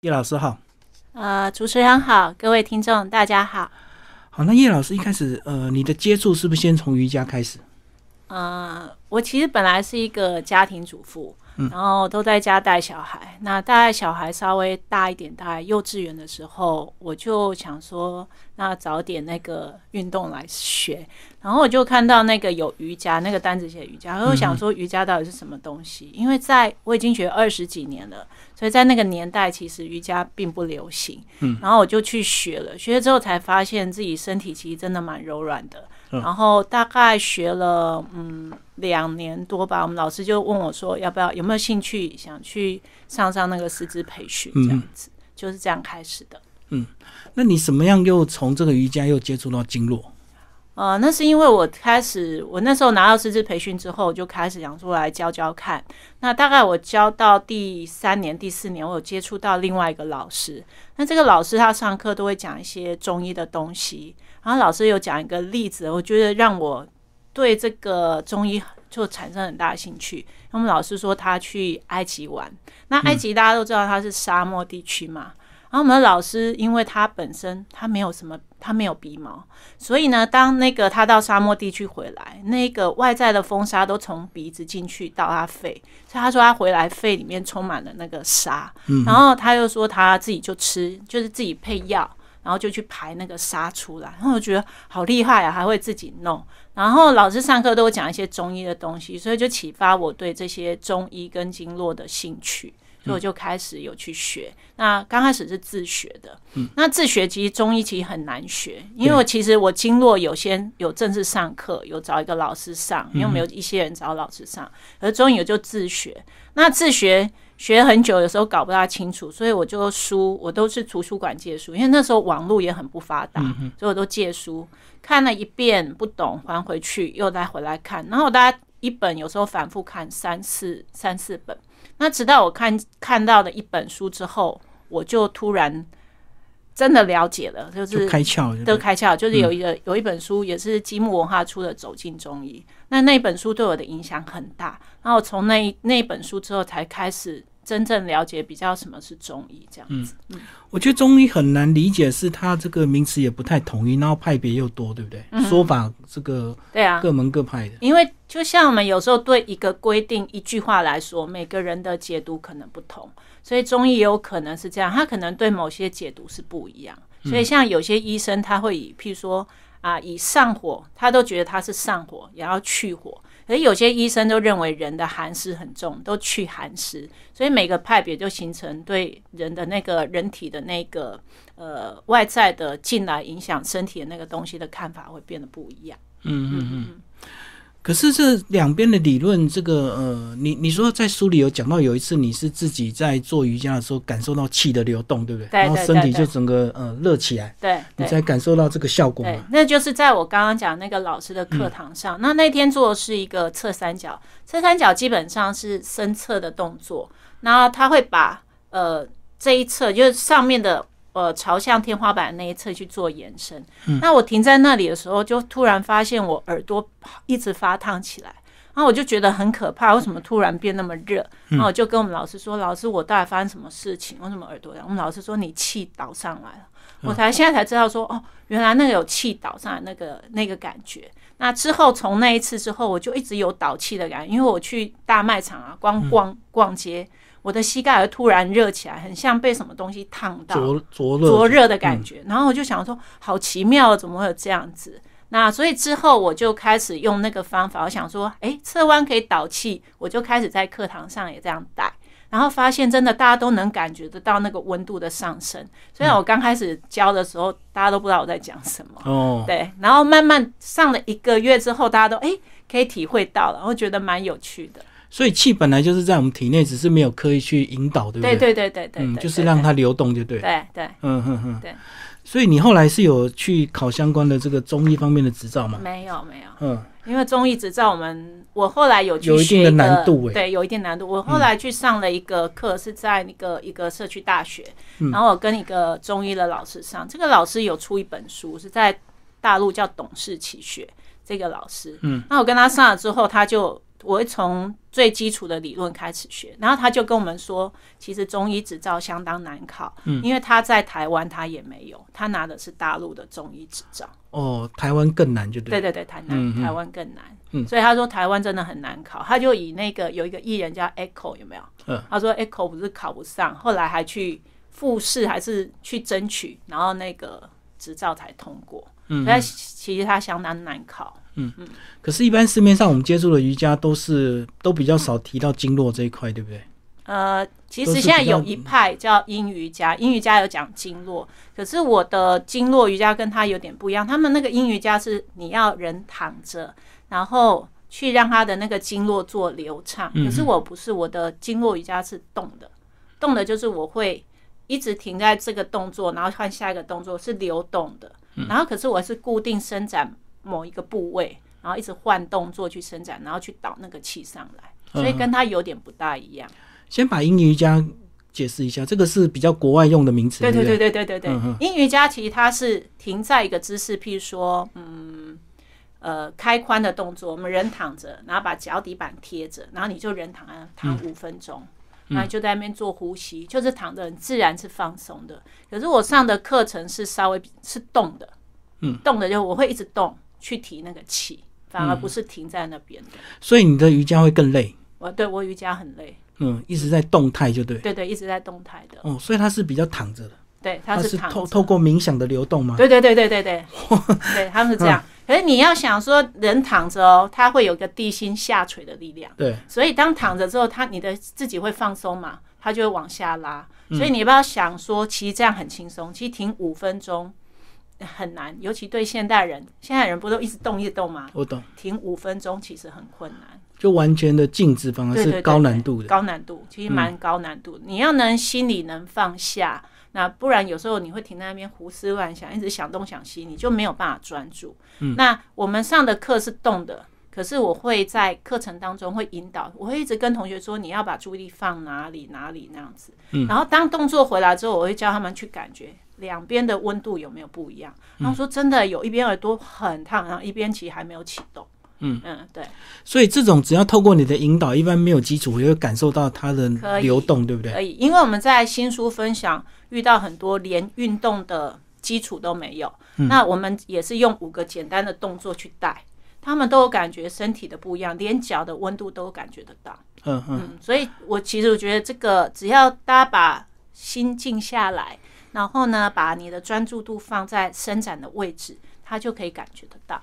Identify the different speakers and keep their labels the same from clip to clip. Speaker 1: 叶老师好，
Speaker 2: 呃，主持人好，各位听众大家好。
Speaker 1: 好，那叶老师一开始，呃，你的接触是不是先从瑜伽开始？
Speaker 2: 呃，我其实本来是一个家庭主妇，然后都在家带小孩。那带小孩稍微大一点，大概幼稚园的时候，我就想说，那找点那个运动来学。然后我就看到那个有瑜伽，那个单子写瑜伽，然后我想说瑜伽到底是什么东西？因为在我已经学二十几年了，所以在那个年代其实瑜伽并不流行。嗯，然后我就去学了，学了之后才发现自己身体其实真的蛮柔软的。然后大概学了嗯两年多吧，我们老师就问我说要不要有没有兴趣想去上上那个师资培训这样子，就是这样开始的。
Speaker 1: 那你怎么样又从这个瑜伽又接触到经络？
Speaker 2: 呃，那是因为我开始，我那时候拿到师资培训之后，我就开始想说来教教看。那大概我教到第三年、第四年，我有接触到另外一个老师。那这个老师他上课都会讲一些中医的东西，然后老师有讲一个例子，我觉得让我对这个中医就产生很大的兴趣。那我们老师说他去埃及玩，那埃及大家都知道它是沙漠地区嘛。然后我们的老师，因为他本身他没有什么，他没有鼻毛，所以呢，当那个他到沙漠地区回来，那个外在的风沙都从鼻子进去到他肺，所以他说他回来肺里面充满了那个沙，然后他又说他自己就吃，就是自己配药，然后就去排那个沙出来，然后我觉得好厉害啊，还会自己弄。然后老师上课都会讲一些中医的东西，所以就启发我对这些中医跟经络的兴趣。所以我就开始有去学。那刚开始是自学的，那自学其实中医其实很难学，因为我其实我经络有先有正式上课，有找一个老师上，因为我们有一些人找老师上，而中医我就自学。那自学学很久，有时候搞不大清楚，所以我就书我都是图书馆借书，因为那时候网络也很不发达，所以我都借书看了一遍不懂还回去，又再回来看，然后我大概一本有时候反复看三四三四本。那直到我看看到的一本书之后，我就突然真的了解了，就
Speaker 1: 就是开窍了。
Speaker 2: 的开窍，就是有一个、有一本书也是积木文化出的《走进中医》，那那本书对我的影响很大。然后从那那本书之后，才开始真正了解比较什么是中医这样子。
Speaker 1: 我觉得中医很难理解，是它这个名词也不太统一，然后派别又多，对不对？
Speaker 2: 嗯
Speaker 1: 说法这个
Speaker 2: 对啊，
Speaker 1: 各门各派的。
Speaker 2: 因为就像我们有时候对一个规定一句话来说，每个人的解读可能不同，所以中医也有可能是这样，他可能对某些解读是不一样。所以像有些医生他会以，譬如说啊，以上火，他都觉得他是上火，也要去火。可是有些医生都认为人的寒湿很重，都去寒湿，所以每个派别就形成对人的那个人体的那个呃外在的进来影响身体的那个东西的看法会变得不一样。
Speaker 1: 可是这两边的理论，这个呃，你你说在书里有讲到，有一次你是自己在做瑜伽的时候感受到气的流动，对不对？
Speaker 2: 对
Speaker 1: 然后
Speaker 2: 对
Speaker 1: 身体
Speaker 2: 对对
Speaker 1: 就整个呃热起来，
Speaker 2: 对
Speaker 1: 你
Speaker 2: 对。
Speaker 1: 才感受到这个效果
Speaker 2: 对
Speaker 1: 嘛。，
Speaker 2: 那就是在我刚刚讲那个老师的课堂上，那那天做的是一个侧三角，侧三角基本上是身侧的动作，那他会把呃这一侧就是上面的呃朝向天花板的那一侧去做延伸。那我停在那里的时候，就突然发现我耳朵一直发烫起来。然后我就觉得很可怕，为什么突然变那么热？然后我就跟我们老师说：“老师，我到底发生什么事情？为什么耳朵痒？”我们老师说：“你气倒上来了。”我才现在才知道说，哦，原来那个有气倒上来那个那个感觉。那之后从那一次之后，我就一直有倒气的感觉，因为我去大卖场啊，光逛逛街，我的膝盖会突然热起来，很像被什么东西烫到。
Speaker 1: 灼灼热，
Speaker 2: 灼热的
Speaker 1: 嗯
Speaker 2: 感觉。然后我就想说，好奇妙，哦怎么会有这样子？那所以之后我就开始用那个方法，我想说，诶，侧弯可以导气，我就开始在课堂上也这样带。然后发现真的大家都能感觉得到那个温度的上升，虽
Speaker 1: 嗯
Speaker 2: 然我刚开始教的时候，大家都不知道我在讲什么，
Speaker 1: 哦，
Speaker 2: 对。然后慢慢上了一个月之后，大家都诶可以体会到了，然后觉得蛮有趣的。
Speaker 1: 所以气本来就是在我们体内，只是没有刻意去引导，对不
Speaker 2: 对
Speaker 1: 对
Speaker 2: 对对对对，
Speaker 1: 嗯，
Speaker 2: 对
Speaker 1: 就是让它流动，就对
Speaker 2: 对
Speaker 1: 了。
Speaker 2: 对对
Speaker 1: 嗯哼哼。
Speaker 2: 对。
Speaker 1: 所以你后来是有去考相关的这个中医方面的执照吗？
Speaker 2: 没有没有。
Speaker 1: 嗯，
Speaker 2: 因为中医执照，我们我后来有去
Speaker 1: 有一定
Speaker 2: 学
Speaker 1: 的
Speaker 2: 个
Speaker 1: 难度欸
Speaker 2: 对，有一定难度。我后来去上了一个课，是在那个一个社区大学，
Speaker 1: 嗯
Speaker 2: 然后我跟一个中医的老师上，这个老师有出一本书，是在大陆叫董事奇学，这个老师，嗯，那我跟他上了之后，他就我会从最基础的理论开始学，然后他就跟我们说，其实中医执照相当难考，
Speaker 1: 嗯
Speaker 2: 因为他在台湾他也没有，他拿的是大陆的中医执照。
Speaker 1: 哦，台湾更难，就对。嗯
Speaker 2: 对对对，台南、台湾更难，所以他说台湾真的很难考。他就以那个有一个艺人叫 Echo 有没有？
Speaker 1: 嗯
Speaker 2: 他说 Echo 不是考不上，后来还去复试，还是去争取，然后那个执照才通过。嗯，但其实它相当难考。
Speaker 1: 可是，一般市面上我们接触的瑜伽都是都比较少提到经络这一块，对不对？
Speaker 2: 呃，其
Speaker 1: 都
Speaker 2: 实
Speaker 1: 是
Speaker 2: 现在
Speaker 1: 比较
Speaker 2: 有一派叫阴瑜伽，阴瑜伽有讲经络，可是我的经络瑜伽跟他有点不一样，他们那个阴瑜伽是你要人躺着，然后去让他的那个经络做流畅，可
Speaker 1: 嗯
Speaker 2: 是我不是，我的经络瑜伽是动的，动的就是我会一直停在这个动作，然后换下一个动作是流动的，
Speaker 1: 嗯
Speaker 2: 然后可是我是固定伸展某一个部位，然后一直换动作去伸展，然后去导那个气上来，所
Speaker 1: 嗯
Speaker 2: 以跟他有点不大一样。
Speaker 1: 先把阴瑜伽解释一下，这个是比较国外用的名词，
Speaker 2: 对
Speaker 1: 对不
Speaker 2: 对对对对对
Speaker 1: 嗯，
Speaker 2: 阴、瑜伽其实它是停在一个姿势，譬如说，嗯，呃，开髋的动作，我们人躺着，然后把脚底板贴着，然后你就人躺啊躺
Speaker 1: 嗯
Speaker 2: 五分钟。然后就在那边做呼吸，就是躺着，很自然是放松的。可是我上的课程是稍微是动的，嗯，动的就我会一直动去提那个气，反
Speaker 1: 嗯
Speaker 2: 而不是停在那边的。
Speaker 1: 所以你的瑜伽会更累，
Speaker 2: 我对我瑜伽很累，
Speaker 1: 嗯，一直在动态，就对。
Speaker 2: 对对，一直在动态的，
Speaker 1: 哦，所以它是比较躺着的，
Speaker 2: 对，
Speaker 1: 它
Speaker 2: 它是
Speaker 1: 是
Speaker 2: 躺
Speaker 1: 透
Speaker 2: 着。
Speaker 1: 透过冥想的流动吗？
Speaker 2: 对对对对对对，对他们是这样。可是你要想说，人躺着哦，他会有个地心下垂的力量，
Speaker 1: 对，
Speaker 2: 所以当躺着之后，他你的自己会放松嘛，他就会往下拉。所以你不要想说，其实这样很轻松，其实停五分钟呃很难，尤其对现代人，现代人不都一直动一直动嘛，
Speaker 1: 我懂，
Speaker 2: 停五分钟其实很困难。
Speaker 1: 就完全的静止反而
Speaker 2: 对对
Speaker 1: 是
Speaker 2: 对
Speaker 1: 高难度的。嗯
Speaker 2: 高难度，其实蛮高难度的。你要能心里能放下，那不然有时候你会停在那边胡思乱想，一直想东想西，你就没有办法专注。
Speaker 1: 嗯
Speaker 2: 那我们上的课是动的，可是我会在课程当中会引导，我会一直跟同学说你要把注意力放哪里哪里那样子。
Speaker 1: 嗯
Speaker 2: 然后当动作回来之后，我会教他们去感觉。两边的温度有没有不一样？
Speaker 1: 嗯
Speaker 2: 然后说真的，有一边耳朵很烫，然后一边其实还没有启动。嗯嗯，对。
Speaker 1: 所以这种只要透过你的引导，一般没有基础，也会感受到它的
Speaker 2: 可以
Speaker 1: 流动，对不对？
Speaker 2: 而已。因为我们在新书分享遇到很多连运动的基础都没有，
Speaker 1: 嗯
Speaker 2: 那我们也是用五个简单的动作去带，他们都有感觉身体的不一样，连脚的温度都有感觉得到。
Speaker 1: 嗯嗯，
Speaker 2: 嗯，所以我其实我觉得这个只要大家把心静下来，然后呢，把你的专注度放在伸展的位置，它就可以感觉得到。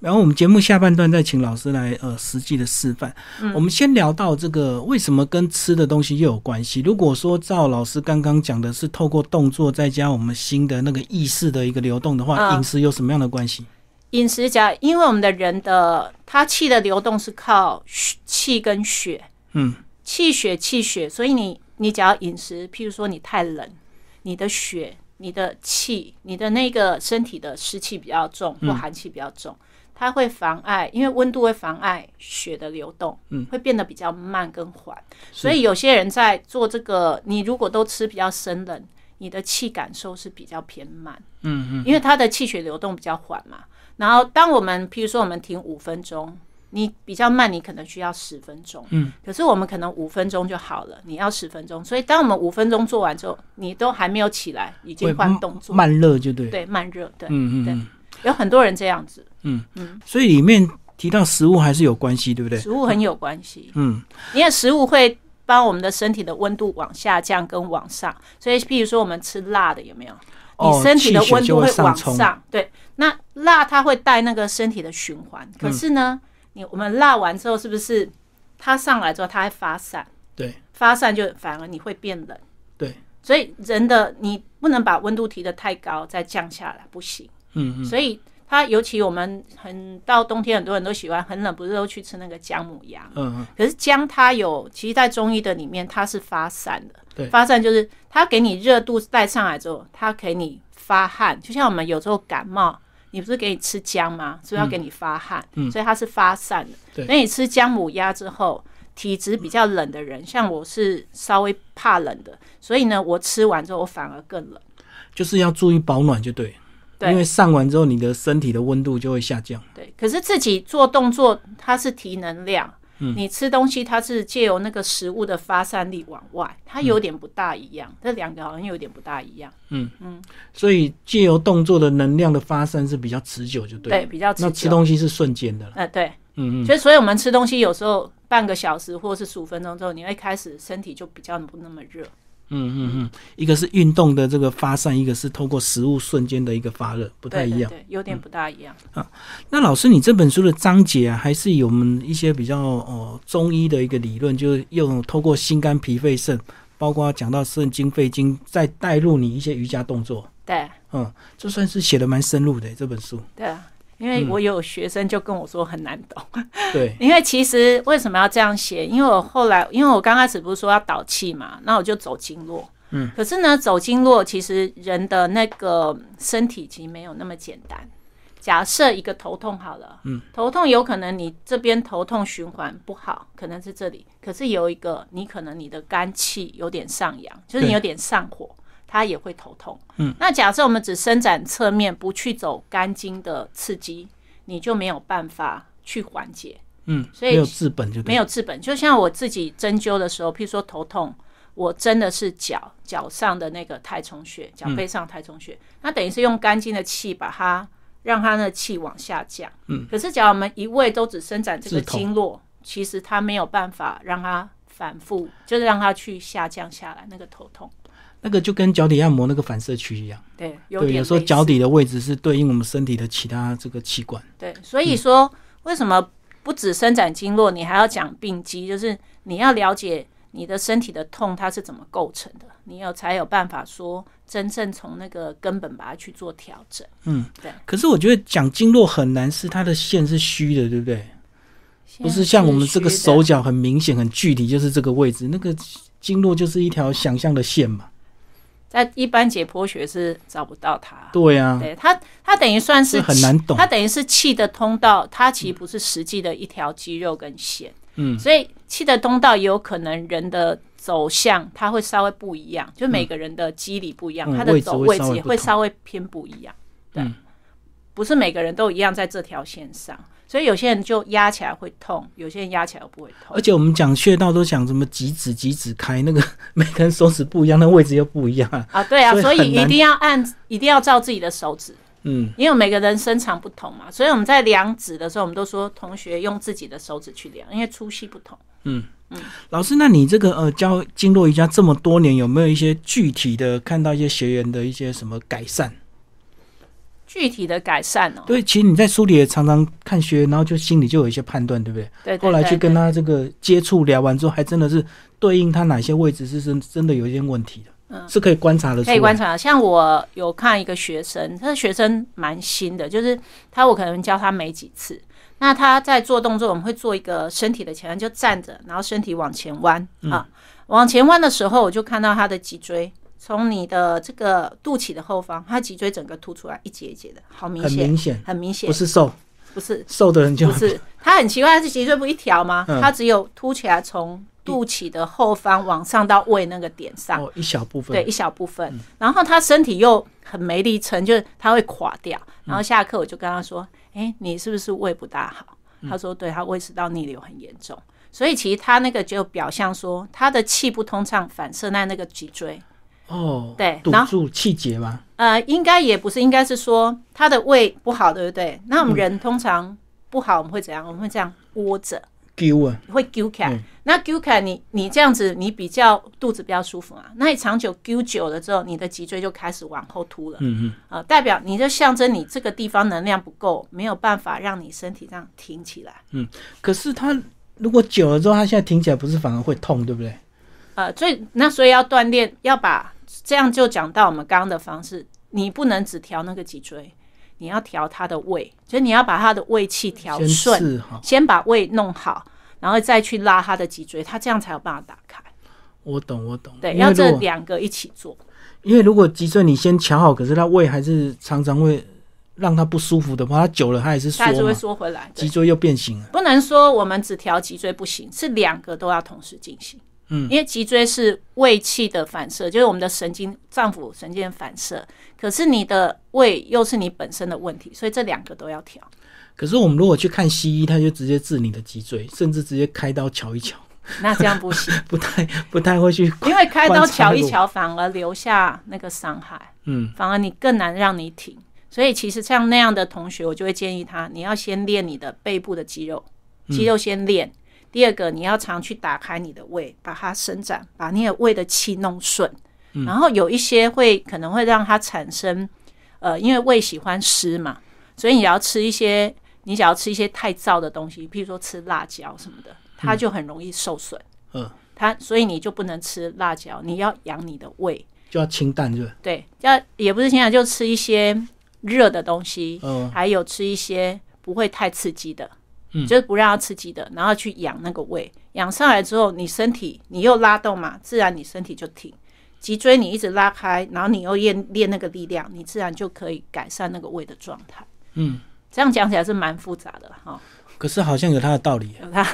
Speaker 1: 然后我们节目下半段再请老师来呃实际的示范。
Speaker 2: 嗯
Speaker 1: 我们先聊到这个为什么跟吃的东西又有关系。如果说照老师刚刚讲的是透过动作再加我们新的那个意识的一个流动的话，
Speaker 2: 嗯
Speaker 1: 饮食有什么样的关系？
Speaker 2: 饮食讲，因为我们的人的他气的流动是靠血气跟血，
Speaker 1: 嗯，
Speaker 2: 气血气血，所以你你只要饮食，譬如说你太冷，你的血、你的气、你的那个身体的湿气比较重或寒气比较重，它会妨碍，因为温度会妨碍血的流动，嗯，会变得比较慢跟缓。所以有些人在做这个，你如果都吃比较生冷，你的气感受是比较偏慢，嗯嗯，因为它的气血流动比较缓嘛。然后当我们譬如说我们停五分钟，你比较慢，你可能需要十分钟，嗯，可是我们可能五分钟就好了，你要十分钟，所以当我们五分钟做完之后，你都还没有起来，已
Speaker 1: 会
Speaker 2: 经换动作，
Speaker 1: 慢热就对。
Speaker 2: 对，慢热，对，
Speaker 1: 嗯
Speaker 2: 对，有很多人这样子，嗯
Speaker 1: 所以里面提到食物还是有关系，对不对？
Speaker 2: 食物很有关系，
Speaker 1: 嗯，
Speaker 2: 因为食物会帮我们的身体的温度往下降跟往上，所以譬如说我们吃辣的有没有？
Speaker 1: 哦
Speaker 2: 你身体的温
Speaker 1: 气
Speaker 2: 度
Speaker 1: 血就会上
Speaker 2: 往
Speaker 1: 冲
Speaker 2: 对，那辣它会带那个身体的循环，
Speaker 1: 嗯
Speaker 2: 可是呢，你我们辣完之后是不是它上来之后它会发散？
Speaker 1: 对，
Speaker 2: 发散就反而你会变冷，
Speaker 1: 对，
Speaker 2: 所以人的你不能把温度提得太高再降下来，不行。
Speaker 1: 嗯
Speaker 2: 嗯，所以它尤其我们很到冬天，很多人都喜欢很冷，不是都去吃那个姜母鸭吗？
Speaker 1: 嗯嗯，
Speaker 2: 可是姜它有，其实在中医的里面它是发散的，
Speaker 1: 对
Speaker 2: 发散就是它给你热度带上来之后，它给你发汗，就像我们有时候感冒，你不是给你吃姜吗？是不是要给你发汗？所以它是发散的。
Speaker 1: 嗯对
Speaker 2: 那你吃姜母鸭之后。体质比较冷的人，像我是稍微怕冷的，所以呢，我吃完之后我反而更冷。
Speaker 1: 就是要注意保暖就对。
Speaker 2: 对
Speaker 1: 因为上完之后，你的身体的温度就会下降。
Speaker 2: 对，可是自己做动作，它是提能量，
Speaker 1: 嗯
Speaker 2: 你吃东西它是借由那个食物的发散力往外，它有点不大一
Speaker 1: 嗯
Speaker 2: 样，这两个好像有点不大一样。
Speaker 1: 所以借由动作的能量的发散是比较持久，就对了。
Speaker 2: 对，比较持
Speaker 1: 那吃
Speaker 2: 久。
Speaker 1: 东西是瞬间的了。
Speaker 2: 呃，对，
Speaker 1: 嗯嗯
Speaker 2: 所以所以我们吃东西有时候半个小时或是十五分钟之后，你会开始身体就比较不那么热。
Speaker 1: 嗯嗯嗯，一个是运动的这个发散，一个是透过食物瞬间的一个发热，不
Speaker 2: 不
Speaker 1: 太一样。嗯
Speaker 2: 对对，有点不大一样。
Speaker 1: 那老师，你这本书的章节啊，还是有我们一些比较哦中医的一个理论，就是用透过心肝脾肺肾，包括讲到肾经肺经，再带入你一些瑜伽动作。
Speaker 2: 对
Speaker 1: 嗯，这算是写的蛮深入的这本书。
Speaker 2: 对啊，因为
Speaker 1: 嗯
Speaker 2: 我有学生就跟我说很难懂，
Speaker 1: 对，
Speaker 2: 因为其实为什么要这样写？因为我后来，因为我刚开始不是说要导气嘛，那我就走经络。
Speaker 1: 嗯，
Speaker 2: 可是呢，走经络其实人的那个身体其实没有那么简单。假设一个头痛好了，嗯，头痛有可能你这边头痛循环不好，可能是这里，可是有一个你可能你的肝气有点上扬，就是你
Speaker 1: 对
Speaker 2: 有点上火，它也会头痛。
Speaker 1: 嗯，
Speaker 2: 那假设我们只伸展侧面，不去走肝经的刺激，你就没有办法去缓解。
Speaker 1: 嗯，
Speaker 2: 所以
Speaker 1: 没有治本就对。
Speaker 2: 没有治本。就像我自己针灸的时候，譬如说头痛，我真的是脚脚上的那个太冲
Speaker 1: 嗯
Speaker 2: 穴，脚背上的太冲穴，那等于是用肝经的气把它让它的气往下降。嗯，可是假如我们一味都只伸展这个
Speaker 1: 自痛
Speaker 2: 经络，其实它没有办法让它反复，就是让它去下降下来那个头痛。
Speaker 1: 那个就跟脚底按摩那个反射区一样，
Speaker 2: 对，有
Speaker 1: 对，
Speaker 2: 点
Speaker 1: 有时候
Speaker 2: 类似
Speaker 1: 脚底的位置是对应我们身体的其他这个器官。
Speaker 2: 对，所
Speaker 1: 嗯
Speaker 2: 以说、为什么不止伸展经络，你还要讲病机？就是你要了解你的身体的痛它是怎么构成的，你有才有办法说真正从那个根本把它去做调整。
Speaker 1: 可是我觉得讲经络很难，是它的线是虚的，对不对？不是像我们这个手脚很明显、很具体，就是这个位置，那个经络就是一条想象的线嘛。
Speaker 2: 在一般解剖学是找不到它。
Speaker 1: 对啊，
Speaker 2: 对它，它等于算是
Speaker 1: 这很
Speaker 2: 气
Speaker 1: 难懂
Speaker 2: 它等于是气的通道，它其实不是实际的一条肌肉跟线。
Speaker 1: 嗯，
Speaker 2: 所以气的通道也有可能人的走向，它会稍微不一样，就每个人的肌理不一样，
Speaker 1: 嗯
Speaker 2: 它的走位置
Speaker 1: 位置
Speaker 2: 也
Speaker 1: 会
Speaker 2: 会
Speaker 1: 稍
Speaker 2: 稍微偏不一样。对，
Speaker 1: 嗯
Speaker 2: 不是每个人都一样在这条线上，所以有些人就压起来会痛，有些人压起来不会痛
Speaker 1: 而。且我们讲穴道都讲什么几指几指开，那个 每个人手指不一样，那位置又不一样啊。
Speaker 2: 啊，对啊，
Speaker 1: 所
Speaker 2: 所
Speaker 1: 以
Speaker 2: 以
Speaker 1: 很
Speaker 2: 一
Speaker 1: 难
Speaker 2: 定要按，一定要照自己的手指。
Speaker 1: 嗯，
Speaker 2: 因为每个人身长不同嘛，所以我们在量指的时候，我们都说同学用自己的手指去量，因为粗细不同。
Speaker 1: 老师，那你这个呃教经络瑜伽这么多年，有没有一些具体的看到一些学员的一些什么改善？
Speaker 2: 具体的改善哦、
Speaker 1: 对，其实你在书里也常常看学员，然后就心里就有一些判断，对不对？
Speaker 2: 对对对
Speaker 1: 后来去跟
Speaker 2: 对
Speaker 1: 他这个接触聊完之后，还真的是对应他哪些位置是真真的有一些问题的，是可以观察的出
Speaker 2: 嗯可
Speaker 1: 来。
Speaker 2: 以观察，啊像我有看一个学生，他的学生蛮新的，就是他我可能教他没几次，那他在做动作，我们会做一个身体的前弯，就站着，然后身体往前弯、
Speaker 1: 嗯
Speaker 2: 啊，往前弯的时候，我就看到他的脊椎从你的这个肚脐的后方，他脊椎整个凸出来一节一节的，好明
Speaker 1: 很
Speaker 2: 显，
Speaker 1: 明显，
Speaker 2: 很明显
Speaker 1: 不，是瘦，
Speaker 2: 不是
Speaker 1: 瘦的人就
Speaker 2: 不是，它很奇怪，它是脊椎不一条吗？
Speaker 1: 嗯
Speaker 2: 它只有凸起来，从肚脐的后方往上到胃那个点上，
Speaker 1: 哦一小部分，嗯
Speaker 2: 对，一小部分。然后他身体又很没力撑，就是他会垮掉。
Speaker 1: 嗯
Speaker 2: 然后下课我就跟他说：“哎、你是不是胃不大好？”
Speaker 1: 嗯
Speaker 2: 他说：“对，他胃食道逆流很严重。”所以其实他那个就表象说，他的气不通畅，反射在那个脊椎。
Speaker 1: 哦，
Speaker 2: 对
Speaker 1: 堵
Speaker 2: 然后
Speaker 1: 住气节嘛，
Speaker 2: 呃，应该也不是，应该是说他的胃不好，对不对？那我
Speaker 1: 嗯
Speaker 2: 们人通常不好，我们会怎样？我们会这样窝着。
Speaker 1: 丢啊，
Speaker 2: 会揪起来。
Speaker 1: 嗯
Speaker 2: 那揪起来你，你这样子，你比较肚子比较舒服嘛？那你长久揪久了之后，你的脊椎就开始往后凸了。
Speaker 1: 嗯嗯，
Speaker 2: 呃，代表你就象征你这个地方能量不够，没有办法让你身体这样挺起来。
Speaker 1: 嗯可是他如果久了之后，他现在挺起来不是反而会痛，对不对？
Speaker 2: 呃，所以那所以要锻炼，要把这样就讲到我们刚刚的方式，你不能只调那个脊椎，你要调它的胃，就是你要把它的胃气调
Speaker 1: 先
Speaker 2: 顺，
Speaker 1: 治好。
Speaker 2: 先把胃弄好，然后再去拉它的脊椎，它这样才有办法打开。
Speaker 1: 我懂，我懂。
Speaker 2: 对，
Speaker 1: 嗯因为
Speaker 2: 要这
Speaker 1: 如果
Speaker 2: 两个一起做。
Speaker 1: 因为如果脊椎你先瞧好，可是他胃还是常常会让他不舒服的话，他久了他也是缩
Speaker 2: 它还是会
Speaker 1: 嘛，
Speaker 2: 缩回来。对
Speaker 1: 脊，椎又变形了。
Speaker 2: 不能说我们只调脊椎不行，是两个都要同时进行。嗯，因为脊椎是胃气的反射，就是我们的神经脏腑神经的反射。可是你的胃又是你本身的问题，所以这两个都要调。
Speaker 1: 可是我们如果去看西医，他就直接治你的脊椎，甚至直接开刀瞧一瞧，
Speaker 2: 那这样不行，
Speaker 1: 不太不太会去
Speaker 2: 因为开刀
Speaker 1: 观察
Speaker 2: 瞧一
Speaker 1: 我
Speaker 2: 瞧反而留下那个伤害，
Speaker 1: 嗯，
Speaker 2: 反而你更难让你停。所以其实像那样的同学，我就会建议他，你要先练你的背部的肌肉，肌肉先练。第二个，你要常去打开你的胃，把它伸展，把你的胃的气弄顺。然后有一些会可能会让它产生，呃，因为胃喜欢湿嘛，所以你要吃一些，你想要吃一些太燥的东西，譬如说吃辣椒什么的，它就很容易受损。
Speaker 1: 嗯，
Speaker 2: 它所以你就不能吃辣椒，你要养你的胃。
Speaker 1: 就要清淡，对不对？
Speaker 2: 对，要也不是现在就吃一些热的东西，
Speaker 1: 嗯
Speaker 2: 还有吃一些不会太刺激的，就是不让它刺激的，然后去养那个胃，养上来之后，你身体你又拉动嘛，自然你身体就挺，脊椎你一直拉开，然后你又练练那个力量，你自然就可以改善那个胃的状态。
Speaker 1: 嗯，
Speaker 2: 这样讲起来是蛮复杂的啦哈，
Speaker 1: 可是好像有它的道理。
Speaker 2: 有它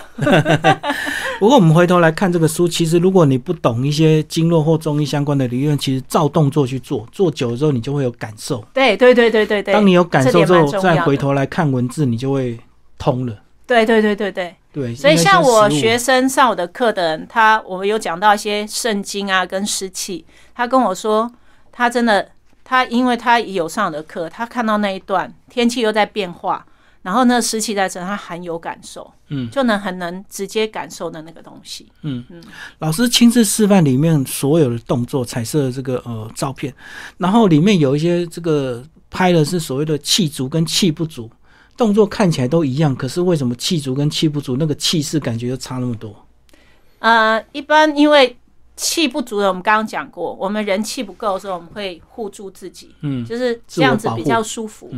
Speaker 1: 不过我们回头来看这个书，其实如果你不懂一些经络或中医相关的理论，其实照动作去做，做久了之后你就会有感受。
Speaker 2: 对对对对对对，
Speaker 1: 当你有感
Speaker 2: 这
Speaker 1: 受
Speaker 2: 点
Speaker 1: 之
Speaker 2: 蛮
Speaker 1: 后，
Speaker 2: 重
Speaker 1: 再
Speaker 2: 要
Speaker 1: 回
Speaker 2: 的
Speaker 1: 头来看文字，你就会通了。
Speaker 2: 对对对对对。
Speaker 1: 对，
Speaker 2: 所以
Speaker 1: 应该
Speaker 2: 像
Speaker 1: 先
Speaker 2: 我
Speaker 1: 15
Speaker 2: 学生上我的课的人，他我们有讲到一些圣经啊跟湿气，他跟我说，他真的他因为他有上我的课，他看到那一段天气又在变化，然后呢湿气在身，他很有感受，
Speaker 1: 嗯，
Speaker 2: 就能很能直接感受的那个东西。
Speaker 1: 老师亲自示范里面所有的动作，彩色的这个呃照片，然后里面有一些这个拍的是所谓的气足跟气不足，动作看起来都一样，可是为什么气足跟气不足那个气势感觉就差那么多？
Speaker 2: 呃，一般因为气不足的，我们刚刚讲过，我们人气不够的时候，我们会护住自己，
Speaker 1: 嗯
Speaker 2: 就是这样子比较舒服。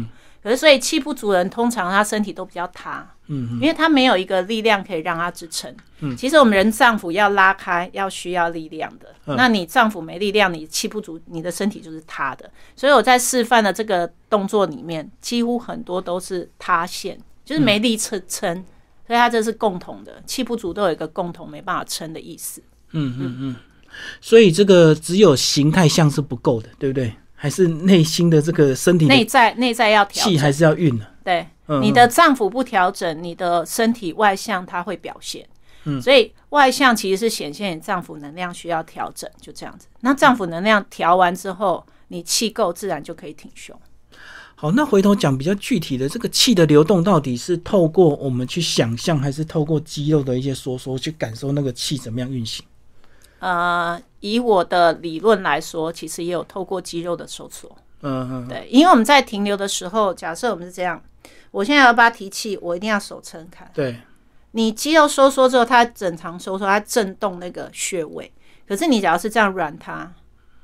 Speaker 2: 可是所以气不足的人，通常他身体都比较塌，
Speaker 1: 嗯，
Speaker 2: 因为他没有一个力量可以让他支撑。嗯，其实我们人脏腑要拉开，要需要力量的。
Speaker 1: 嗯
Speaker 2: 那你脏腑没力量，你气不足，你的身体就是塌的。所以我在示范的这个动作里面，几乎很多都是塌陷，
Speaker 1: 嗯
Speaker 2: 就是没力撑撑。所以它这是共同的，气不足都有一个共同没办法撑的意思。
Speaker 1: 所以这个只有形态像是不够的，对不对？还是内心的这个身体的
Speaker 2: 内在内在要调
Speaker 1: 气还是要运的、
Speaker 2: 对，
Speaker 1: 嗯
Speaker 2: 你的脏腑不调整，你的身体外向它会表现。嗯，所以外向其实是显现你脏腑能量需要调整，就这样子。那脏腑能量调完之后，你气够自然就可以挺胸。
Speaker 1: 好，那回头讲比较具体的，这个气的流动到底是透过我们去想象，还是透过肌肉的一些收缩去感受那个气怎么样运行？
Speaker 2: 呃，以我的理论来说，其实也有透过肌肉的收缩。
Speaker 1: 嗯嗯，
Speaker 2: 对，因为我们在停留的时候，假设我们是这样，我现在要把它提气，我一定要手撑开。
Speaker 1: 对。
Speaker 2: 你肌肉收缩之后，它整肠收缩，它震动那个穴位。可是你只要是这样软它，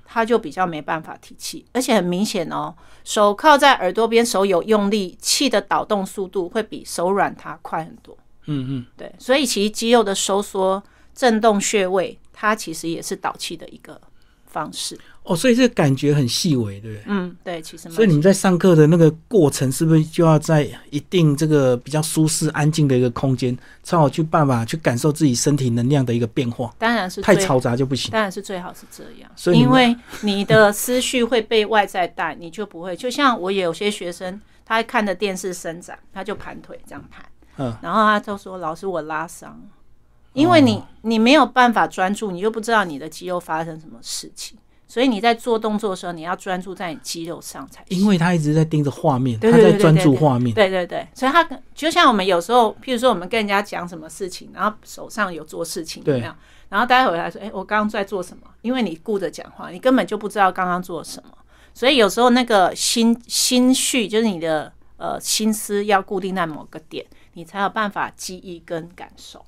Speaker 2: 它就比较没办法提气，而且很明显哦，手靠在耳朵边，手有用力，气的导动速度会比手软它快很多。
Speaker 1: 嗯嗯，
Speaker 2: 对，所以其实肌肉的收缩、震动穴位，它其实也是导气的一个方式。
Speaker 1: 哦，所以这个感觉很细微，对不对？
Speaker 2: 嗯，对，其实蛮
Speaker 1: 所以你们在上课的那个过程，是不是就要在一定这个比较舒适、安静的一个空间，才好去办法去感受自己身体能量的一个变化？
Speaker 2: 当然是
Speaker 1: 太
Speaker 2: 最
Speaker 1: 嘈杂就不行。
Speaker 2: 当然是最好是这样，
Speaker 1: 所以你
Speaker 2: 因
Speaker 1: 们
Speaker 2: 为你的思绪会被外在带，你就不会。就像我有些学生，他看着电视伸展，他就盘腿这样盘，
Speaker 1: 嗯，
Speaker 2: 然后他就说：“老师，我拉伤。”
Speaker 1: 哦
Speaker 2: 因为你你没有办法专注，你就不知道你的肌肉发生什么事情，所以你在做动作的时候，你要专注在你肌肉上才行。
Speaker 1: 因为他一直在盯着画面，
Speaker 2: 对
Speaker 1: 他
Speaker 2: 对对
Speaker 1: 在
Speaker 2: 对
Speaker 1: 专
Speaker 2: 对
Speaker 1: 注
Speaker 2: 对
Speaker 1: 画面。
Speaker 2: 对对对，所以他就像我们有时候，譬如说我们跟人家讲什么事情，然后手上有做事情，有
Speaker 1: 对
Speaker 2: 没有？然后待会来说，哎、我刚刚在做什么？因为你顾着讲话，你根本就不知道刚刚做什么。所以有时候那个心心绪，就是你的呃心思要固定在某个点，你才有办法记忆跟感受。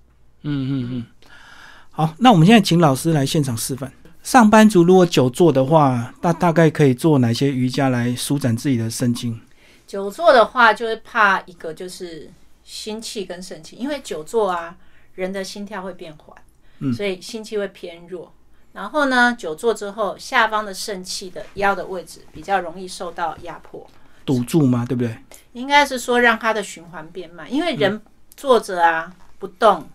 Speaker 1: 嗯嗯嗯。好，那我们现在请老师来现场示范。上班族如果久坐的话，大大概可以做哪些瑜伽来舒展自己的身心？
Speaker 2: 久坐的话，就是怕一个就是心气跟肾气，因为久坐啊，人的心跳会变缓，所以心气会偏弱。然后呢，久坐之后，下方的肾气的腰的位置比较容易受到压迫，
Speaker 1: 堵住吗？对不对？
Speaker 2: 应该是说让它的循环变慢，因为人坐着啊不动，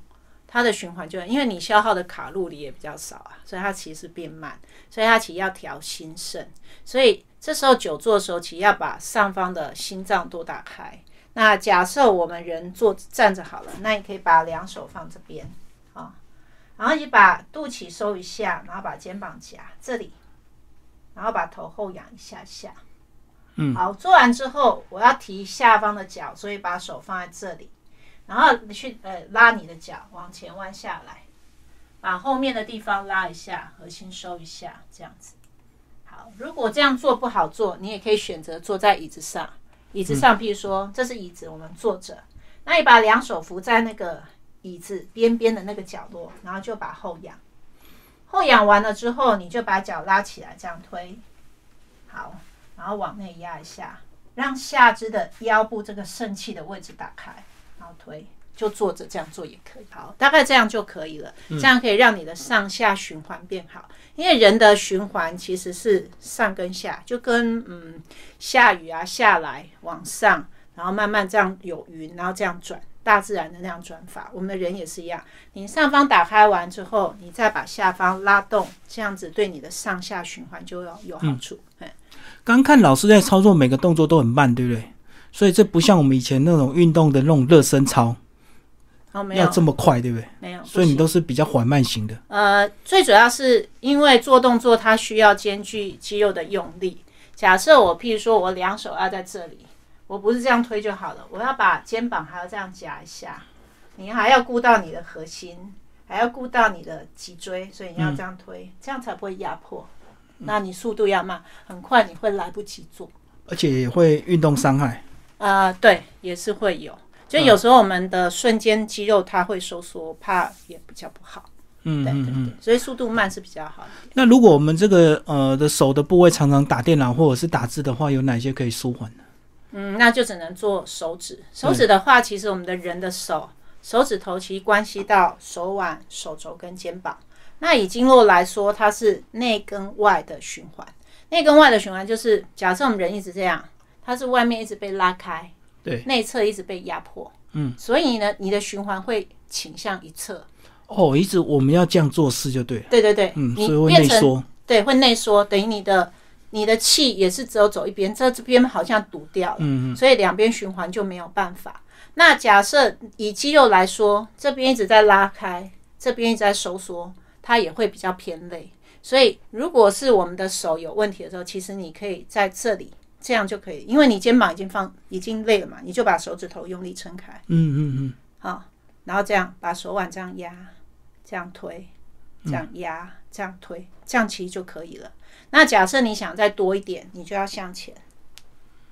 Speaker 2: 它的循环就因为你消耗的卡路里也比较少啊，所以它其实变慢，所以它其实要调心肾，所以这时候久坐的时候，其实要把上方的心脏多打开。那假设我们人坐站着好了，那你可以把两手放这边啊，然后你把肚脐收一下，然后把肩膀夹这里，然后把头后仰一下下。嗯，好，做完之后我要提下方的脚，所以把手放在这里，然后你去呃拉你的脚往前弯下来，把后面的地方拉一下，核心收一下，这样子。好，如果这样做不好做，你也可以选择坐在椅子上。椅子上，譬如说这是椅子，我们坐着，那你把两手扶在那个椅子边边的那个角落，然后就把后仰。后仰完了之后，你就把脚拉起来，这样推，好，然后往内压一下，让下肢的腰部这个肾气的位置打开，然后推，就坐着这样做也可以。好，嗯大概这样就可以了，这样可以让你的上下循环变好，因为人的循环其实是上跟下，就跟嗯下雨啊下来往上，然后慢慢这样有云，然后这样转，大自然的那样转法。我们的人也是一样，你上方打开完之后，你再把下方拉动，这样子对你的上下循环就有有好处。嗯
Speaker 1: 刚看老师在操作，每个动作都很慢，对不对？所以这不像我们以前那种运动的那种热身操，
Speaker 2: 哦，没
Speaker 1: 要
Speaker 2: 有
Speaker 1: 这么快，对不对？
Speaker 2: 没有，
Speaker 1: 所以你
Speaker 2: 不行
Speaker 1: 都是比较缓慢型的。
Speaker 2: 呃，最主要是因为做动作它需要兼具肌肉的用力。假设我譬如说我两手要在这里，我不是这样推就好了，我要把肩膀还要这样夹一下，你还要顾到你的核心，还要顾到你的脊椎，所以你要这样推，
Speaker 1: 嗯
Speaker 2: 这样才不会压迫。那你速度要慢，很快你会来不及做。
Speaker 1: 而且也会运动伤害。
Speaker 2: 呃，对，也是会有，就有时候我们的瞬间肌肉它会收缩，怕也比较不好。
Speaker 1: 嗯
Speaker 2: 对对
Speaker 1: 嗯嗯。
Speaker 2: 对，所以速度慢是比较好的。
Speaker 1: 那如果我们这个呃的手的部位常常打电脑或者是打字的话，有哪些可以舒缓的？
Speaker 2: 嗯，那就只能做手指。手指的话，其实我们的人的手手指头其实关系到手腕、手肘跟肩膀。那以经络来说，它是内跟外的循环。内跟外的循环就是，假设我们人一直这样，它是外面一直被拉开，
Speaker 1: 对，
Speaker 2: 内侧一直被压迫，嗯，所以呢，你的循环会倾向一侧。
Speaker 1: 哦，一直我们要这样做事就对了。
Speaker 2: 对对对，
Speaker 1: 嗯，
Speaker 2: 你
Speaker 1: 所以会
Speaker 2: 变
Speaker 1: 内
Speaker 2: 成
Speaker 1: 缩。
Speaker 2: 对，会内缩，等于你的你的气也是只有走一边，这这边好像堵掉了，所以两边循环就没有办法。那假设以肌肉来说，这边一直在拉开，这边一直在收缩，它也会比较偏累。所以如果是我们的手有问题的时候，其实你可以在这里。这样就可以，因为你肩膀已经放已经累了嘛，你就把手指头用力撑开，
Speaker 1: 嗯嗯嗯，
Speaker 2: 好，然后这样把手腕这样压，这样推，这样压，这样推，这样其实就可以了。那假设你想再多一点，你就要向前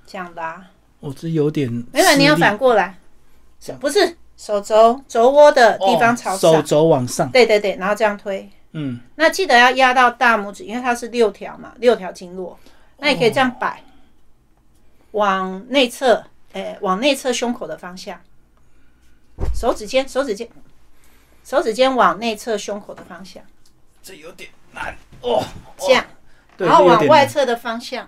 Speaker 2: 这样拉，
Speaker 1: 我这有点吃力。
Speaker 2: 没有，你要反过来，手不是手肘肘窝的地方朝
Speaker 1: 啊哦
Speaker 2: 上，
Speaker 1: 手肘往上。
Speaker 2: 对对对，然后这样推。
Speaker 1: 嗯，
Speaker 2: 那记得要压到大拇指，因为它是六条嘛，六条经络。那你可以
Speaker 1: 哦
Speaker 2: 这样摆，往内侧，诶、往内侧胸口的方向，手指尖，手指尖，手指尖往内侧胸口的方向，
Speaker 1: 这有点难哦。
Speaker 2: 这样，
Speaker 1: 对，
Speaker 2: 然后
Speaker 1: 这有
Speaker 2: 往
Speaker 1: 点
Speaker 2: 外
Speaker 1: 难
Speaker 2: 侧的方向。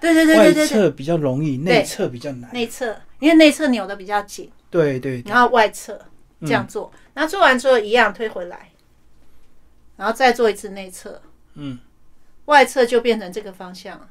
Speaker 2: 对对对
Speaker 1: 外
Speaker 2: 对对对，
Speaker 1: 侧比较容易，内侧比较难。
Speaker 2: 内侧，因为内侧扭的比较紧，
Speaker 1: 对对对，
Speaker 2: 然后外侧这样做。那做完之后一样推回来，然后再做一次内侧，
Speaker 1: 嗯，
Speaker 2: 外侧就变成这个方向。
Speaker 1: 嗯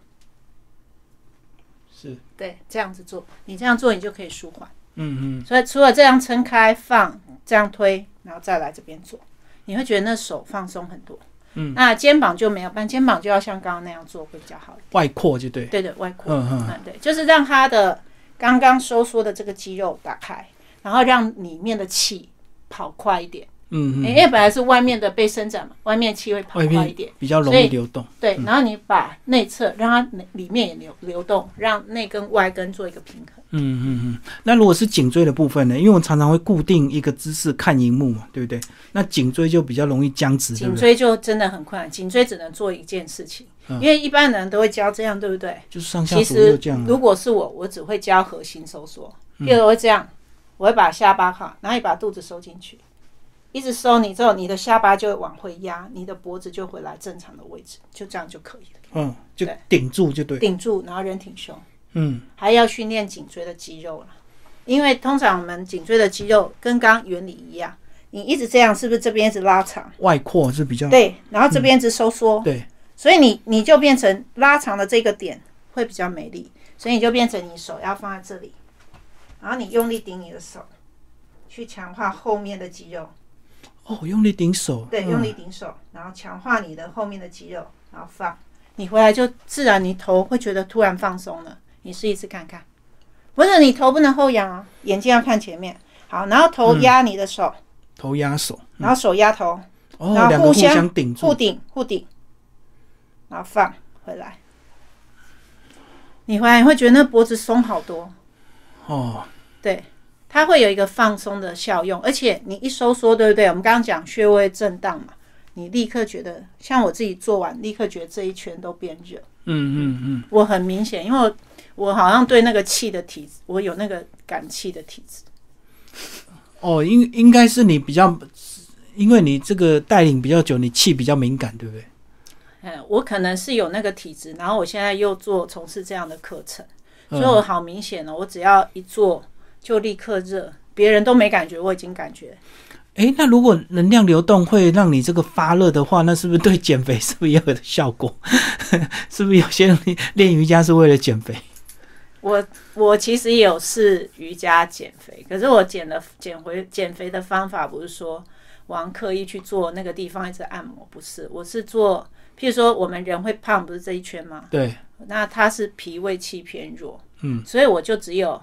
Speaker 1: 是，
Speaker 2: 对，这样子做，你这样做你就可以舒缓。
Speaker 1: 嗯嗯，
Speaker 2: 所以除了这样撑开放，这样推，然后再来这边做，你会觉得那手放松很多。嗯，那肩膀就没有办，肩膀就要像刚刚那样做会比较好。
Speaker 1: 外扩就对。
Speaker 2: 对对，外扩，
Speaker 1: 嗯嗯
Speaker 2: 嗯，对，就是让它的刚刚收缩的这个肌肉打开，然后让里面的气跑快一点。
Speaker 1: 嗯
Speaker 2: 因
Speaker 1: 嗯，
Speaker 2: 为本来是外面的被伸展嘛，外面气会哎跑
Speaker 1: 外
Speaker 2: 快一
Speaker 1: 面
Speaker 2: 点。
Speaker 1: 比较容
Speaker 2: 所
Speaker 1: 易
Speaker 2: 以
Speaker 1: 流动。
Speaker 2: 对，然后你把内侧让它里里面也流流动，让内跟外跟做一个平衡。
Speaker 1: 嗯嗯嗯，那如果是颈椎的部分呢？因为我常常会固定一个姿势看荧幕嘛，对不对？那颈椎就比较容易僵直，对
Speaker 2: 颈
Speaker 1: 不对？
Speaker 2: 椎就真的很困难，颈椎只能做一件事情，
Speaker 1: 嗯
Speaker 2: 因为一般人都会教这样，对不对？
Speaker 1: 就是上下
Speaker 2: 其
Speaker 1: 左右
Speaker 2: 实
Speaker 1: 这样啊。嗯
Speaker 2: 如果是我，我只会教核心收缩，譬如我会这样，我会把下巴哈，然后你把肚子收进去，一直收你之后，你的下巴就会往回压，你的脖子就回来正常的位置，就这样就可以了，
Speaker 1: 嗯，就
Speaker 2: 对
Speaker 1: 顶住就对。
Speaker 2: 顶住，然后人挺胸。
Speaker 1: 嗯，
Speaker 2: 还要训练颈椎的肌肉了，因为通常我们颈椎的肌肉跟刚刚原理一样，
Speaker 3: 你一直这样，是不是这边一直拉长？
Speaker 1: 外扩是比较
Speaker 3: 对，然后这边一直收缩，
Speaker 1: 嗯对，
Speaker 3: 所以你你就变成拉长的这个点会比较美丽，所以你就变成你手要放在这里，然后你用力顶你的手，去强化后面的肌肉，
Speaker 1: 哦，用力顶手，
Speaker 3: 对，
Speaker 1: 嗯
Speaker 3: 用力顶手，然后强化你的后面的肌肉，然后放，你回来就自然你头会觉得突然放松了，你试一次看看，不是你头不能后仰啊，眼睛要看前面，好，然后头压你的手，
Speaker 1: 头压手，
Speaker 3: 然后手压头，
Speaker 1: 哦，
Speaker 3: 然后
Speaker 1: 两个
Speaker 3: 互
Speaker 1: 互
Speaker 3: 相
Speaker 1: 相顶
Speaker 3: 护
Speaker 1: 住，
Speaker 3: 顶护顶，然后放回来。你回来你会觉得那脖子松好多，
Speaker 1: 哦，
Speaker 3: 它会有一个放松的效用，而且你一收缩，对不对？我们刚刚讲穴位震荡嘛，你立刻觉得，像我自己做完，立刻觉得这一圈都变热。
Speaker 1: 嗯嗯嗯，
Speaker 3: 我很明显，因为我我好像对那个气的体质，我有那个感气的体质。
Speaker 1: 哦，应应该是你比较，因为你这个带领比较久，你气比较敏感，对不对？
Speaker 3: 嗯，我可能是有那个体质，然后我现在又做从事这样的课程。所以
Speaker 1: 嗯
Speaker 3: 我好明显哦，我只要一做就立刻热，别人都没感觉，我已经感觉。
Speaker 1: 诶，那如果能量流动会让你这个发热的话，那是不是对减肥是不是也有效果？ 是不是有些人练瑜伽是为了减肥？
Speaker 2: 我我其实也有试瑜伽减肥，可是我减的减回减肥的方法不是说我好像刻意去做那个地方一直按摩，不是，我是做，譬如说我们人会胖，不是这一圈吗？
Speaker 1: 对，
Speaker 2: 那它是脾胃气偏弱，
Speaker 1: 嗯，
Speaker 2: 所以我就只有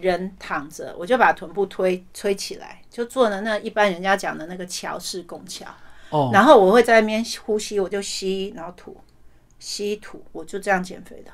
Speaker 2: 人躺着，我就把臀部推推起来，就做了那一般人家讲的那个桥式拱桥，
Speaker 1: 哦，
Speaker 2: 然后我会在那边呼吸，我就吸，然后吐，吸吐，我就这样减肥的，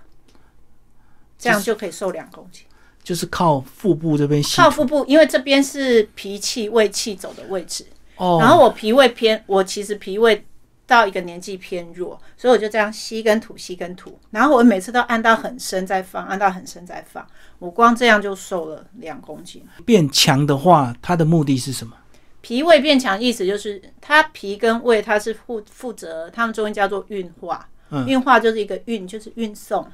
Speaker 2: 这样就可以瘦两公斤。
Speaker 1: 就是靠腹部这边吸
Speaker 2: 靠腹部，因为这边是脾气胃气走的位置，
Speaker 1: 哦，
Speaker 2: 然后我脾胃偏，我其实脾胃到一个年纪偏弱，所以我就这样吸跟吐，吸跟吐，然后我每次都按到很深再放，按到很深再放，我光这样就瘦了两公斤。
Speaker 1: 变强的话，它的目的是什么？
Speaker 2: 脾胃变强，意思就是它脾跟胃它是负负责，他们中医叫做运化，
Speaker 1: 嗯
Speaker 2: 运化就是一个运，就是运送，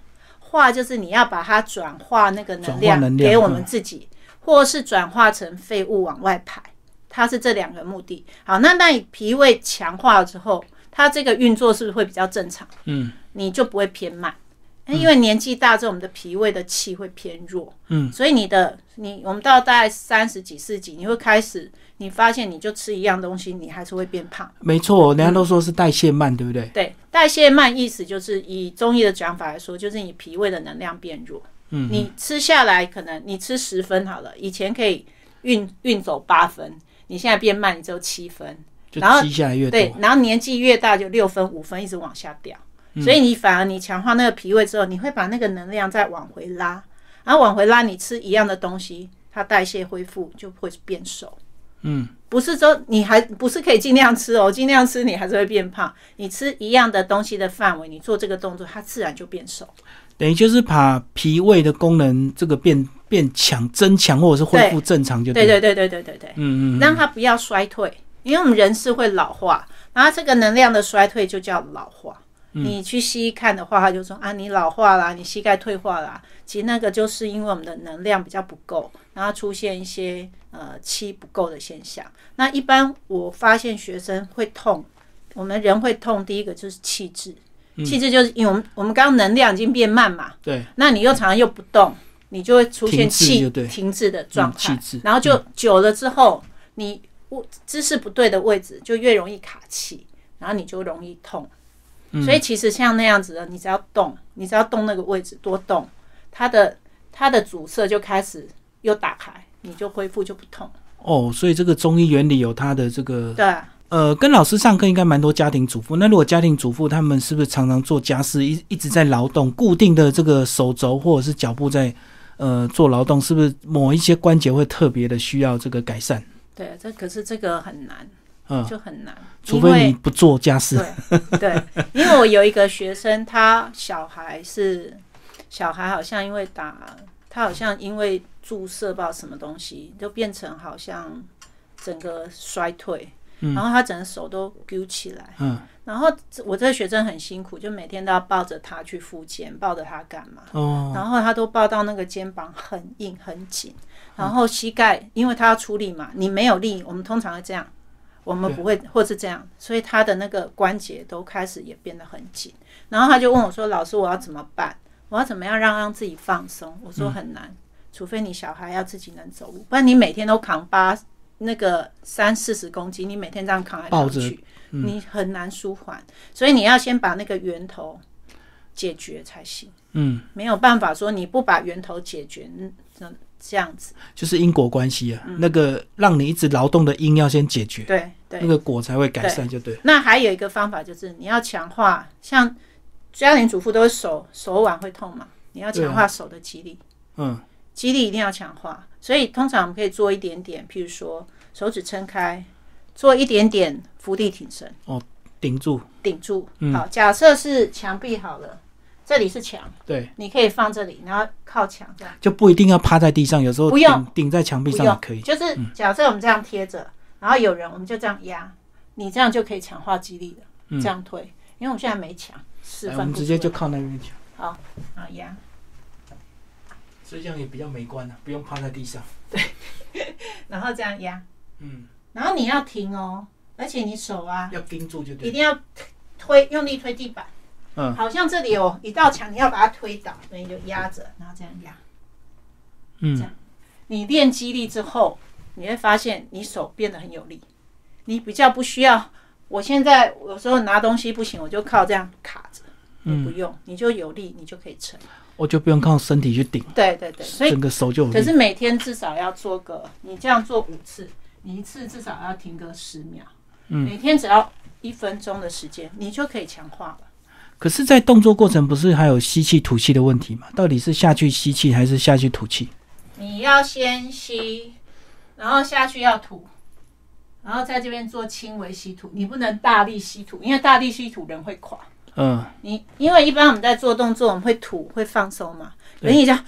Speaker 2: 化就是你要把它转化那个能
Speaker 1: 转化
Speaker 2: 量
Speaker 1: 能量
Speaker 2: 给我们自己，或是转化成废物往外排，它是这两个目的。好，那那你脾胃强化了之后，它这个运作是不是会比较正常？
Speaker 1: 嗯，
Speaker 2: 你就不会偏慢。那因为年纪大之后，我们的脾胃的气会偏弱，
Speaker 1: 嗯，
Speaker 2: 所以你的你我们到大概三十几、四十几，你会开始，你发现你就吃一样东西，你还是会变胖。
Speaker 1: 没错，人家都说是代谢慢，对不对？
Speaker 2: 对，代谢慢意思就是以中医的讲法来说，就是你脾胃的能量变弱。
Speaker 1: 嗯，
Speaker 2: 你吃下来可能你吃十分好了，以前可以运运走八分，你现在变慢，你只有七分。
Speaker 1: 就
Speaker 2: 然后
Speaker 1: 积下来越
Speaker 2: 对
Speaker 1: 多，，
Speaker 2: 然后年纪越大就六分、五分一直往下掉，
Speaker 1: 嗯
Speaker 2: 所以你反而你强化那个脾胃之后，你会把那个能量再往回拉，然后往回拉，你吃一样的东西，它代谢恢复就会变瘦。
Speaker 1: 嗯，
Speaker 2: 不是说你还不是可以尽量吃哦，尽量吃你还是会变胖。你吃一样的东西的范围，你做这个动作，它自然就变瘦。
Speaker 1: 等于就是把脾胃的功能这个变变强、增强，或者是恢复正常就
Speaker 2: 对
Speaker 1: 了。
Speaker 2: 对对对对对对。
Speaker 1: 嗯嗯嗯，
Speaker 2: 让它不要衰退，因为我们人是会老化，然后这个能量的衰退就叫老化。
Speaker 1: 嗯
Speaker 2: 你去西医看的话，他就说啊，你老化啦，你膝盖退化啦。其实那个就是因为我们的能量比较不够，然后出现一些呃气不够的现象。那一般我发现学生会痛，我们人会痛，第一个就是气滞，
Speaker 1: 嗯
Speaker 2: 气滞就是因为我们我们刚刚能量已经变慢嘛，
Speaker 1: 对，
Speaker 2: 那你又常常又不动，你就会出现
Speaker 1: 停滞
Speaker 2: 气
Speaker 1: 就对
Speaker 2: 停滞的状态，
Speaker 1: 嗯气滞
Speaker 2: 然后就久了之后，你位姿势不对的位置就越容易卡气，然后你就容易痛。
Speaker 1: 嗯
Speaker 2: 所以其实像那样子的，你只要动，你只要动那个位置多动，它的它的阻塞就开始又打开，你就恢复就不痛。
Speaker 1: 哦，所以这个中医原理有它的这个
Speaker 2: 对啊，
Speaker 1: 呃，跟老师上课应该蛮多家庭主妇。那如果家庭主妇他们是不是常常做家事，一一直在劳动，固定的这个手肘或者是脚部在呃做劳动，是不是某一些关节会特别的需要这个改善？
Speaker 2: 对啊，这可是这个很难，
Speaker 1: 嗯，
Speaker 2: 就很难，
Speaker 1: 除
Speaker 2: 因
Speaker 1: 非
Speaker 2: 为
Speaker 1: 你不做家事。
Speaker 2: 对对，因为我有一个学生，他小孩是小孩，好像因为打他好像因为注射不知道什么东西，就变成好像整个衰退，然后他整个手都揪起来，
Speaker 1: 嗯，
Speaker 2: 然后我这个学生很辛苦，就每天都要抱着他去复健，抱着他干嘛？
Speaker 1: 哦，
Speaker 2: 然后他都抱到那个肩膀很硬很紧，然后膝盖，因为他要出力嘛，你没有力，我们通常会这样，我们不会或是这样，所以他的那个关节都开始也变得很紧。然后他就问我说：“老师，我要怎么办？我要怎么样让让自己放松？”我
Speaker 1: 嗯
Speaker 2: 说很难，除非你小孩要自己能走路，不然你每天都扛八那个三四十公斤，你每天这样扛来
Speaker 1: 抱
Speaker 2: 扛
Speaker 1: 着嗯
Speaker 2: 去，你很难舒缓。所以你要先把那个源头解决才行。
Speaker 1: 嗯，
Speaker 2: 没有办法说你不把源头解决，嗯，这这样子，
Speaker 1: 就是因果关系啊，
Speaker 2: 嗯
Speaker 1: 那个让你一直劳动的因要先解决，
Speaker 2: 对对。
Speaker 1: 那个果才会改善，就对。
Speaker 2: 那还有一个方法就是你要强化，像家庭主妇都会手手腕会痛嘛，你要强化手的肌力，
Speaker 1: 嗯，
Speaker 2: 肌力一定要强化。所以通常我们可以做一点点，譬如说手指撑开，做一点点伏地挺身，
Speaker 1: 顶住，
Speaker 2: 顶住。好，假设是墙壁好了，这里是墙，
Speaker 1: 对，
Speaker 2: 你可以放这里，然后靠墙这样。
Speaker 1: 就不一定要趴在地上，有时候
Speaker 2: 不用
Speaker 1: 顶顶在墙壁上也可以。嗯
Speaker 2: 就是假设我们这样贴着，然后有人我们就这样压，你这样就可以强化肌力了。这样推，因为我们现在没墙，
Speaker 1: 嗯哎
Speaker 2: 示
Speaker 1: 来，我
Speaker 2: 范
Speaker 1: 们
Speaker 2: 不
Speaker 1: 直接
Speaker 2: 出
Speaker 1: 就靠那边墙，
Speaker 2: 来啊压。
Speaker 1: 所以这样也比较美观啊，不用趴在地上。
Speaker 2: 然后这样压，
Speaker 1: 嗯，
Speaker 2: 然后你要停哦，而且你手啊
Speaker 1: 要盯住就
Speaker 2: 一
Speaker 1: 对。
Speaker 2: 定要推，用力推地板。
Speaker 1: 嗯
Speaker 2: 好像这里有一道墙，你要把它推倒，所以你就压着，然后这样压。这
Speaker 1: 嗯
Speaker 2: 样，你练肌力之后，你会发现你手变得很有力，你比较不需要。我现在有时候拿东西不行，我就靠这样卡着，你不用，你就有力，你就可以撑。
Speaker 1: 我就不用靠身体去顶，
Speaker 2: 对对对，所以
Speaker 1: 整个手就有
Speaker 2: 可
Speaker 1: 力。
Speaker 2: 是每天至少要做个，你这样做五次，你一次至少要停个十秒，每天只要一分钟的时间，你就可以强化了。
Speaker 1: 可是，在动作过程不是还有吸气吐气的问题吗？到底是下去吸气还是下去吐气？
Speaker 2: 你要先吸，然后下去要吐，然后在这边做轻微吸吐，你不能大力吸吐，因为大力吸吐人会垮。
Speaker 1: 嗯，
Speaker 2: 你因为一般我们在做动作，我们会吐会放松嘛，
Speaker 1: 对
Speaker 2: 人一下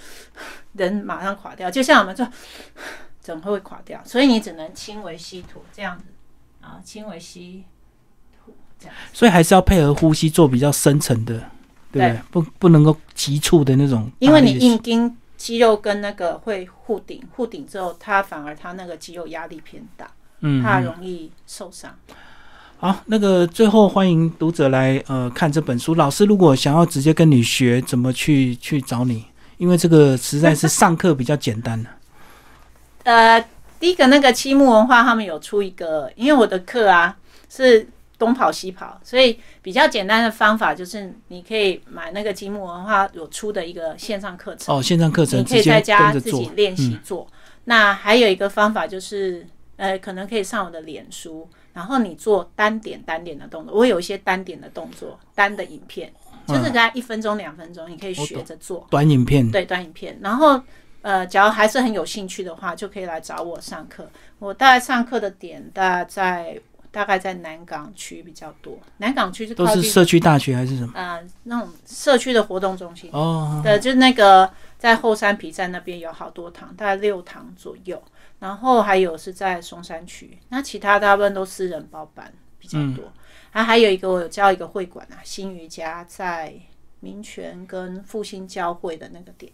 Speaker 2: 人马上垮掉，就像我们做，怎么会垮掉？所以你只能轻微吸吐这样子，啊，轻微吸吐这样。
Speaker 1: 所以还是要配合呼吸做比较深层的，对不对？不不能够急促的那种
Speaker 2: 因
Speaker 1: 大
Speaker 2: 为
Speaker 1: 力
Speaker 2: 你
Speaker 1: 的吸，
Speaker 2: 硬筋肌肉跟那个会互顶，互顶之后，它反而它那个肌肉压力偏大，
Speaker 1: 嗯
Speaker 2: 怕容易受伤。
Speaker 1: 好，那个最后欢迎读者来呃看这本书。老师如果想要直接跟你学怎么去去找你，因为这个实在是上课比较简单 的。
Speaker 2: 呃，第一个那个七木文化他们有出一个，因为我的课啊是东跑西跑，所以比较简单的方法就是你可以买那个积木文化有出的一个线上课程，
Speaker 1: 哦，线上课程
Speaker 2: 你可以
Speaker 1: 直
Speaker 2: 在
Speaker 1: 接
Speaker 2: 家
Speaker 1: 跟着
Speaker 2: 自己
Speaker 1: 做，嗯
Speaker 2: 练习做。那还有一个方法就是，呃，可能可以上我的脸书，然后你做单点单点的动作，我有一些单点的动作，单的影片，就是给它一分钟两分钟，你可以
Speaker 1: 嗯我
Speaker 2: 学着做。
Speaker 1: 短影片。
Speaker 2: 对，短影片。然后，呃，假如还是很有兴趣的话，就可以来找我上课。我大概上课的点大概在大概在南港区比较多，南港区是
Speaker 1: 都
Speaker 2: 靠
Speaker 1: 是
Speaker 2: 近
Speaker 1: 社区大学还是什么？
Speaker 2: 呃那种社区的活动中心。
Speaker 1: 哦，
Speaker 2: 对，就是那个在后山皮站那边有好多堂，大概六堂左右。然后还有是在松山区，那其他大部分都私人包班比较
Speaker 1: 嗯
Speaker 2: 多。啊，还有一个我有教一个会馆啊，新瑜伽在民权跟复兴教会的那个点。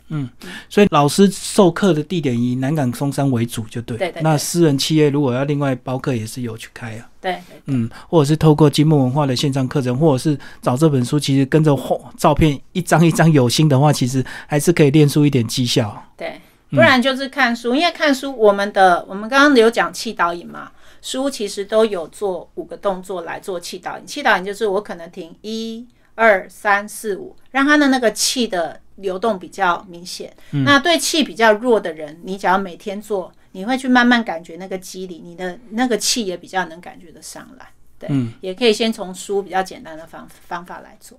Speaker 1: 所以老师授课的地点以南港松山为主，就对。
Speaker 2: 对对对
Speaker 1: 那私人企业如果要另外包课，也是有去开啊。
Speaker 2: 对，
Speaker 1: 嗯，或者是透过积木文化的线上课程，或者是找这本书，其实跟着后照片一张一张有心的话，其实还是可以练出一点绩效。
Speaker 2: 对，不然就是看书，因为看书我们的我们刚刚有讲气导引嘛，书其实都有做五个动作来做气导引。气导引就是我可能停一二三四五，让他的那个气的流动比较明显。那对气比较弱的人，你只要每天做，你会去慢慢感觉那个肌理，你的那个气也比较能感觉得上来。对，也可以先从书比较简单的方方法来做。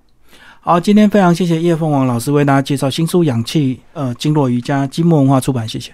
Speaker 1: 好，今天非常谢谢叶凤凰老师为大家介绍新书《氧气》，呃，经络瑜伽，积木文化出版，谢谢。